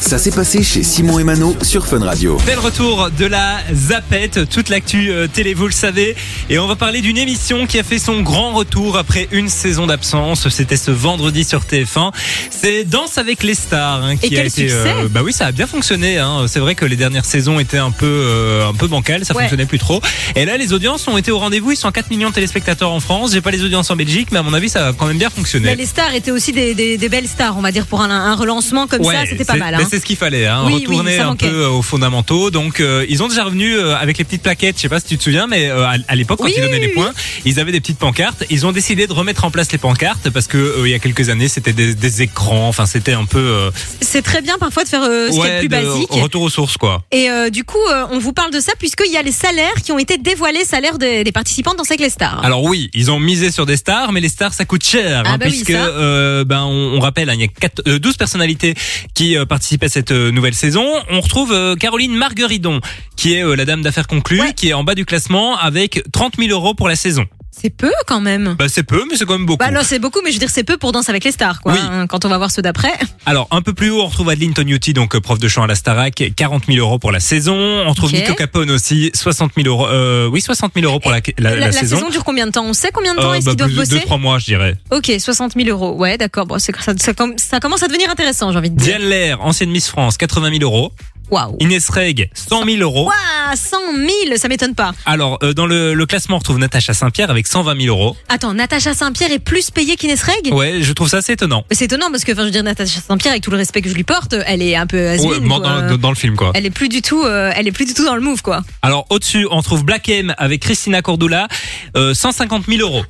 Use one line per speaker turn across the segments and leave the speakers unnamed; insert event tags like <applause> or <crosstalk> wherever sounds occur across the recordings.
Ça s'est passé chez Simon et Mano sur Fun Radio.
Dès le retour de la Zapette, toute l'actu euh, télé, vous le savez. Et on va parler d'une émission qui a fait son grand retour après une saison d'absence. C'était ce vendredi sur TF1. C'est Danse avec les stars hein, qui
Et
a
quel
été.
succès
bah oui, ça a bien fonctionné. hein. C'est vrai que les dernières saisons étaient un peu, euh, un peu bancales, ça
Ouais.
fonctionnait plus trop. Et là, les audiences ont été au rendez-vous. Ils sont à 4 millions de téléspectateurs en France. J'ai pas les audiences en Belgique, mais à mon avis, ça va quand même bien fonctionner.
Mais les stars étaient aussi des, des- des belles stars, on va dire, pour un, un relancement comme ça,
Ouais,
c'était pas
c'est-
mal.
mais
hein.
C'est ce qu'il fallait, hein,
Oui, oui,
retourner
ça
un
manquait.
peu euh, aux fondamentaux. Donc, euh, ils ont déjà revenu euh, avec les petites plaquettes. Je sais pas si tu te souviens, mais euh, à, à l'époque, quand
Oui,
ils donnaient les
oui,
points, ils avaient des petites pancartes. Ils ont décidé de remettre en place les pancartes parce que euh, il y a quelques années, c'était des, des écrans. Enfin, c'était un peu euh,
C'est très bien parfois de faire euh, ce qui est
ouais,
le plus
de
basique.
retour aux sources, quoi.
Et euh, du coup, euh, on vous parle de ça puisqu'il y a les salaires qui ont été dévoilés, salaires des, des participants dans avec les stars.
Alors oui, ils ont misé sur des stars, mais les stars ça coûte cher,
Ah
hein,
bah oui,
puisque
ça.
euh, ben on, on rappelle, hein, il y a quatre- euh, 12 personnalités qui euh, participent à cette euh, nouvelle saison. On retrouve euh, Caroline Margueridon, qui est euh, la dame d'affaires conclue,
Ouais.
qui est en bas du classement avec 30 000 euros pour la saison.
c'est peu quand même.
Bah c'est peu, mais c'est quand même beaucoup.
Bah non, c'est beaucoup, mais je veux dire, c'est peu pour Danse avec les stars, quoi.
Oui.
hein, quand on va voir ceux d'après.
Alors un peu plus haut, on retrouve Adeline Tognotti, donc euh, prof de chant à la Starac, 40 000 euros pour la saison. On retrouve
Ok.
Nico Capone aussi, 60 000 euros. euh, oui, 60 000 euros pour la, Euh, la- la saison.
dure combien de temps On sait combien de temps
Euh,
est-ce
bah,
qu'ils doivent
deux- deux
bosser
trois mois, je dirais.
Ok, 60 000 euros. Ouais, d'accord. Bon, c'est- ça, ça com- ça commence à devenir intéressant, j'ai envie de dire.
Diane Lair, ancienne Miss France, 80 000 euros.
Waouh.
Inès Reg, 100 000 euros.
Waouh, 100 000, ça m'étonne pas.
Alors, euh, dans le, le classement, on retrouve Natacha Saint-Pierre avec 120 000 euros.
Attends, Natacha Saint-Pierre est plus payée qu'Inès Reg
Ouais, je trouve ça assez étonnant.
Mais C'est étonnant parce que, enfin, je veux dire, Natacha Saint-Pierre, avec tout le respect que je lui porte, elle est un peu has
Ouais, dans,
euh,
dans- dans le film, quoi.
Elle est plus du tout, euh, elle est plus du tout dans le move, quoi.
Alors, au-dessus, on trouve Black M avec Christina Cordula, euh, 150 000 euros.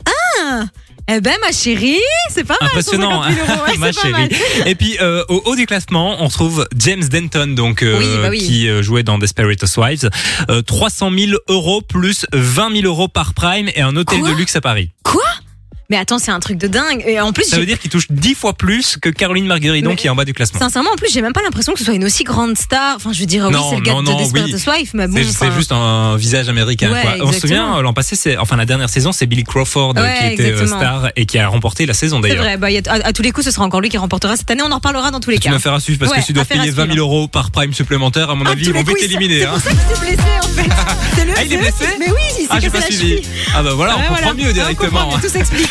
Eh ben, ma chérie, c'est pas mal.
Impressionnant, hein.
150 000
<laughs>
euros, ouais,
ma
c'est pas mal.
chérie. Et puis, euh, au haut du classement, on trouve James Denton, donc, euh,
Oui, bah oui.
qui euh, jouait dans Desperate Housewives, euh, 300 000 euros plus 20 000 euros par prime et un hôtel
Quoi
de luxe à Paris.
Mais attends, c'est un truc de dingue. Et en plus,
Ça
j'ai-
veut dire qu'il touche 10 fois plus que Caroline Margueridon,
Mais-
qui est en bas du classement.
sincèrement, en plus, j'ai même pas l'impression que ce soit une aussi grande star. Enfin, je veux dire, Oh oui,
Non,
c'est le gars
non,
de
non,
Desperate
oui.
Housewives, mais bon.
C'est c'est
enfin,
juste un visage américain.
Ouais,
quoi. On se
exactement.
souvient, l'an passé, c'est enfin la dernière saison, c'est Billy Crawford euh,
Ouais,
qui était euh,
exactement.
star et qui a remporté la saison
C'est
d'ailleurs.
vrai. Bah, il y a- à, à tous les coups, ce sera encore lui qui remportera cette année. On en reparlera dans tous les
Tu
cas.
me feras suivre parce
Ouais,
que tu dois
affaire à
payer 20 000
suivre.
euros par prime supplémentaire. À mon
Ah,
avis,
tous
ils vont
les
vite
coups, il s'est-
éliminer. hein.
C'est pour ça qu'il s'est blessé en fait. C'est le-
Ah, il est
c'est
blessé
eux. Mais oui, il s'est
Ah, j'ai
cassé
pas
la
suivi.
cheville.
Ah bah voilà, on
Ouais,
comprend
voilà.
mieux
Ah, on
directement.
comprend, mais Tout s'explique.